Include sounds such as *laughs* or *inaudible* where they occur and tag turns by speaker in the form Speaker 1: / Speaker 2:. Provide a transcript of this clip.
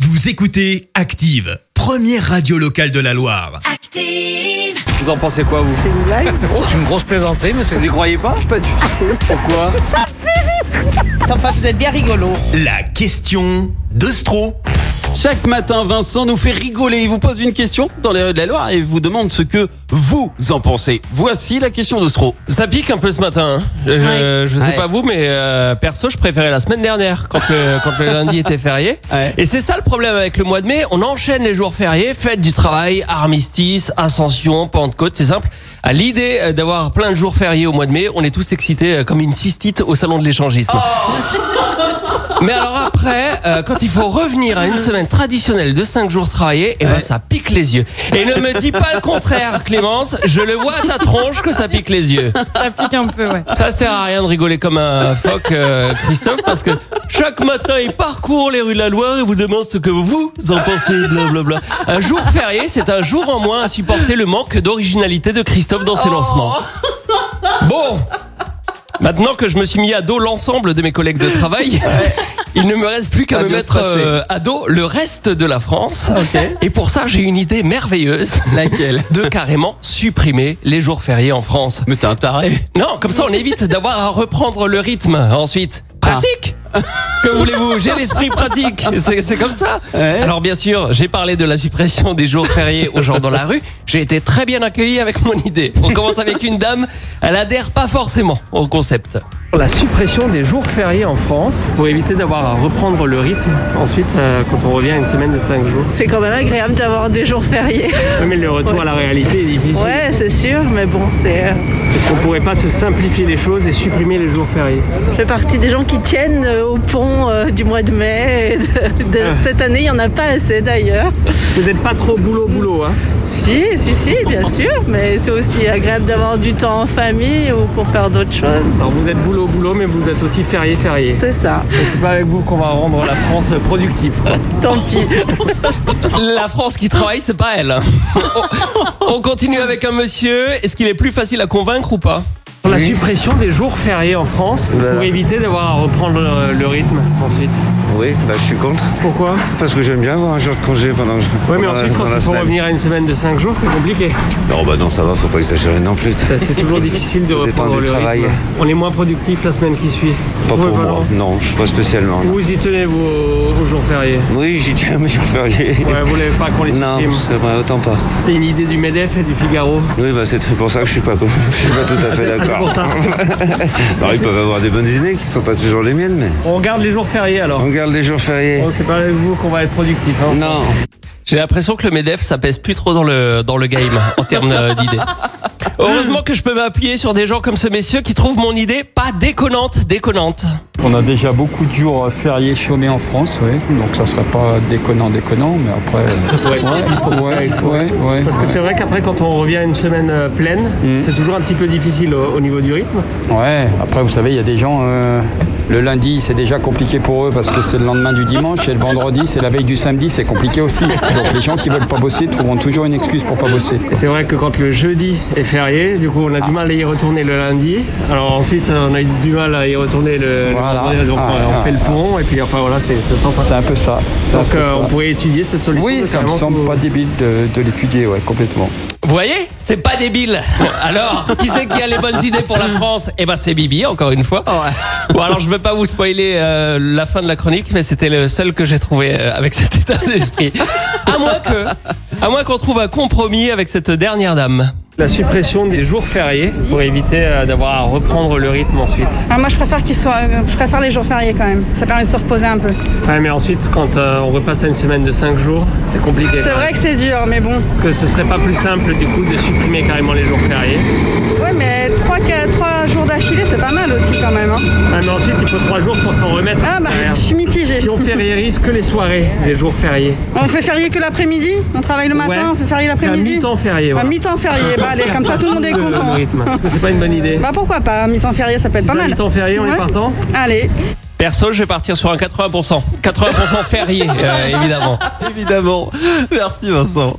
Speaker 1: Vous écoutez Active, première radio locale de la Loire.
Speaker 2: Active.
Speaker 3: Vous en pensez quoi, vous
Speaker 4: C'est
Speaker 3: *laughs*
Speaker 4: une blague
Speaker 3: C'est une grosse plaisanterie, monsieur. Vous y croyez pas
Speaker 4: Pas du tout.
Speaker 3: Pourquoi
Speaker 4: Enfin, vous êtes bien rigolo.
Speaker 1: La question de Stro.
Speaker 5: Chaque matin, Vincent nous fait rigoler. Il vous pose une question dans les rues de la Loire et vous demande ce que vous en pensez. Voici la question de Stro.
Speaker 6: Ça pique un peu ce matin. hein. Euh, Je, je sais
Speaker 5: Ouais.
Speaker 6: pas vous, mais euh, perso, je préférais la semaine dernière quand le, quand le lundi était férié.
Speaker 5: Ouais.
Speaker 6: Et c'est ça le problème avec le mois de mai. On enchaîne les jours fériés, fête du travail, armistice, ascension, Pentecôte. C'est simple. À l'idée euh, d'avoir plein de jours fériés au mois de mai, on est tous excités euh, comme une cystite au salon de l'échangisme. Mais alors après, euh, quand il faut revenir à une semaine traditionnelle de 5 jours travaillés, eh ben ça pique les yeux. Et ne me dis pas le contraire, Clémence. Je le vois à ta tronche que ça pique les yeux.
Speaker 7: Ça pique un peu, ouais.
Speaker 6: Ça sert à rien de rigoler comme un phoque, euh, Christophe, parce que chaque matin, il parcourt les rues de la Loire et vous demande ce que vous en pensez, blablabla. Un jour férié, c'est un jour en moins à supporter le manque d'originalité de Christophe dans ses lancements. Bon, maintenant que je me suis mis à dos l'ensemble de mes collègues de travail, il ne me reste plus
Speaker 5: Ça
Speaker 6: qu'à
Speaker 5: va
Speaker 6: me
Speaker 5: bien se
Speaker 6: mettre
Speaker 5: passer.
Speaker 6: euh, à dos le reste de la France.
Speaker 5: Ok.
Speaker 6: Et pour ça, j'ai une idée merveilleuse
Speaker 5: Laquelle
Speaker 6: de carrément supprimer les jours fériés en France.
Speaker 5: Mais t'es un taré.
Speaker 6: Non, comme ça on évite d'avoir à reprendre le rythme ensuite. Pratique Que voulez-vous J'ai l'esprit pratique C'est c'est comme ça
Speaker 5: Ouais.
Speaker 6: Alors bien sûr, j'ai parlé de la suppression des jours fériés aux gens dans la rue. J'ai été très bien accueilli avec mon idée. On commence avec une dame, elle adhère pas forcément au concept. La suppression des jours fériés en France pour éviter d'avoir à reprendre le rythme ensuite euh, quand on revient à une semaine de 5 jours.
Speaker 4: C'est quand même agréable d'avoir des jours
Speaker 6: *laughs*
Speaker 4: fériés.
Speaker 6: Mais le retour à la réalité est difficile.
Speaker 4: Ouais, c'est sûr, mais bon, c'est. euh,
Speaker 6: On pourrait pas se simplifier les choses et supprimer les jours fériés.
Speaker 4: Je fais partie des gens qui tiennent euh, au pont euh, du mois de mai. et de- de- Cette année, il n'y en a pas assez d'ailleurs.
Speaker 6: Ah. Vous n'êtes pas trop boulot-boulot, hein
Speaker 4: Si, si, si,
Speaker 6: *laughs*
Speaker 4: bien sûr, mais c'est aussi agréable d'avoir du temps en famille ou pour faire d'autres choses.
Speaker 6: Alors vous êtes boulot boulot, mais vous êtes aussi férié férié.
Speaker 4: C'est ça,
Speaker 6: Et c'est pas avec vous qu'on va rendre la France productive.
Speaker 4: tant pis.
Speaker 6: La France qui travaille, c'est pas elle. On, on continue avec un monsieur. Est-ce qu'il est plus facile à convaincre ou pas
Speaker 8: Pour La suppression des jours fériés en France
Speaker 9: Bah.
Speaker 8: pour éviter d'avoir à reprendre le, le rythme ensuite.
Speaker 9: Oui, bah, je suis contre.
Speaker 8: Pourquoi
Speaker 9: Parce que j'aime bien avoir un jour de congé pendant,
Speaker 8: Oui, mais
Speaker 9: pendant la-
Speaker 8: ensuite, quand
Speaker 9: pendant la
Speaker 8: il faut
Speaker 9: semaine.
Speaker 8: revenir à une semaine de 5 jours, c'est compliqué.
Speaker 9: Non, bah non, ça va, faut pas exagérer non plus.
Speaker 8: Ça, C'est toujours difficile de
Speaker 9: Ça dépend
Speaker 8: reprendre
Speaker 9: du
Speaker 8: le
Speaker 9: travail.
Speaker 8: rythme. On est moins productif la semaine qui suit.
Speaker 9: Pas
Speaker 8: Oui,
Speaker 9: pour moi,
Speaker 8: Valent.
Speaker 9: non, je- pas spécialement. non.
Speaker 8: Vous y tenez, vous, aux jours fériés
Speaker 9: Oui, j'y tiens, mais je férié.
Speaker 8: Ouais, vous voulez pas qu'on les
Speaker 9: Non,
Speaker 8: supprime
Speaker 9: c'est vrai, autant pas.
Speaker 8: C'était une idée du MEDEF et du Figaro.
Speaker 9: Oui, bah c'est pour ça que je suis pas, con- *laughs* je suis pas tout à fait d'accord.
Speaker 8: *laughs* pour ça.
Speaker 9: Alors, ils peuvent avoir des bonnes idées qui sont pas toujours les miennes, mais
Speaker 8: On regarde les jours fériés alors.
Speaker 9: on garde les jours fériés.
Speaker 8: Bon, c'est pas avec vous qu'on va être productif. hein.
Speaker 9: Non.
Speaker 6: J'ai l'impression que le Medef, ça pèse plus trop dans le dans le game en termes euh, d'idées. Heureusement que je peux m'appuyer sur des gens comme ce messieurs qui trouvent mon idée pas déconnante, déconnante.
Speaker 10: On a déjà beaucoup de jours fériés chômés en France, ouais. donc ça serait pas déconnant, déconnant, mais après. euh,
Speaker 8: Ouais.
Speaker 10: Ouais, ouais, ouais.
Speaker 8: Parce que c'est
Speaker 10: ouais.
Speaker 8: vrai qu'après, quand on revient à une semaine euh, pleine,
Speaker 10: Mm.
Speaker 8: c'est toujours un petit peu difficile au, au niveau du rythme.
Speaker 10: Ouais, après, vous savez, il y a des gens, euh, le lundi, c'est déjà compliqué pour eux parce que c'est le lendemain du dimanche, et le vendredi, c'est la veille du samedi, c'est compliqué aussi. Donc les gens qui veulent pas bosser trouveront toujours une excuse pour pas bosser.
Speaker 8: Et c'est vrai que quand le jeudi est férié, du coup, on
Speaker 10: Ah.
Speaker 8: a du mal à y retourner le lundi. Alors ensuite, on a eu du mal à y retourner le, le
Speaker 10: Voilà.
Speaker 8: vendredi. Donc,
Speaker 10: Ah,
Speaker 8: euh, on
Speaker 10: ah,
Speaker 8: fait le pont, et puis enfin voilà, c'est c'est
Speaker 10: C'est
Speaker 8: sympa.
Speaker 10: un peu ça. Ah, c'est un
Speaker 8: Donc,
Speaker 10: peu
Speaker 8: euh,
Speaker 10: ça.
Speaker 8: on pourrait étudier cette solution.
Speaker 10: Oui,
Speaker 8: de
Speaker 10: ça me
Speaker 8: carrément
Speaker 10: semble
Speaker 8: vous-
Speaker 10: pas débile de, de l'étudier, ouais, complètement.
Speaker 6: Vous voyez C'est pas débile. Alors, qui c'est qui a les bonnes idées pour la France Eh ben, c'est Bibi, encore une fois. Bon, alors, je veux pas vous spoiler euh, la fin de la chronique, mais c'était le seul que j'ai trouvé euh, avec cet état d'esprit. À moins que, à moins qu'on trouve un compromis avec cette dernière dame.
Speaker 8: La suppression des jours fériés pour éviter euh, d'avoir à reprendre le rythme ensuite.
Speaker 7: Ah, moi, je préfère qu'ils soient. Je préfère les jours fériés quand même. Ça permet de se reposer un peu.
Speaker 8: Ouais, mais ensuite, quand euh, on repasse à une semaine de 5 jours, c'est compliqué.
Speaker 7: C'est vrai que c'est dur, mais bon.
Speaker 8: Est-ce que ce serait pas plus simple, du coup, de supprimer carrément les jours fériés
Speaker 7: Ouais, mais 3, jours d'affilée, c'est pas mal aussi quand même. hein.
Speaker 8: Ah, mais ensuite, il faut trois jours pour s'en remettre.
Speaker 7: Ah, bah,
Speaker 8: derrière.
Speaker 7: je suis mitigée.
Speaker 8: Si on férierise que les soirées, les jours fériés.
Speaker 7: On fait férié que l'après-midi On travaille le matin,
Speaker 8: Ouais.
Speaker 7: on fait férié
Speaker 8: C'est un
Speaker 7: l'après-midi
Speaker 8: mi-temps férié.
Speaker 7: Un
Speaker 8: voilà.
Speaker 7: mi-temps férié, bah allez, comme ça tout le monde est
Speaker 8: Le- le
Speaker 7: content.
Speaker 8: rythme. Parce que c'est pas une bonne idée.
Speaker 7: Bah pourquoi pas, un mi-temps férié, ça peut être pas
Speaker 8: C'est un
Speaker 7: mal.
Speaker 8: mi-temps férié, on
Speaker 7: Ouais.
Speaker 8: est partant.
Speaker 7: Allez.
Speaker 6: Perso, je vais partir sur un 80%. 80% férié, euh, évidemment.
Speaker 5: Évidemment. Merci Vincent.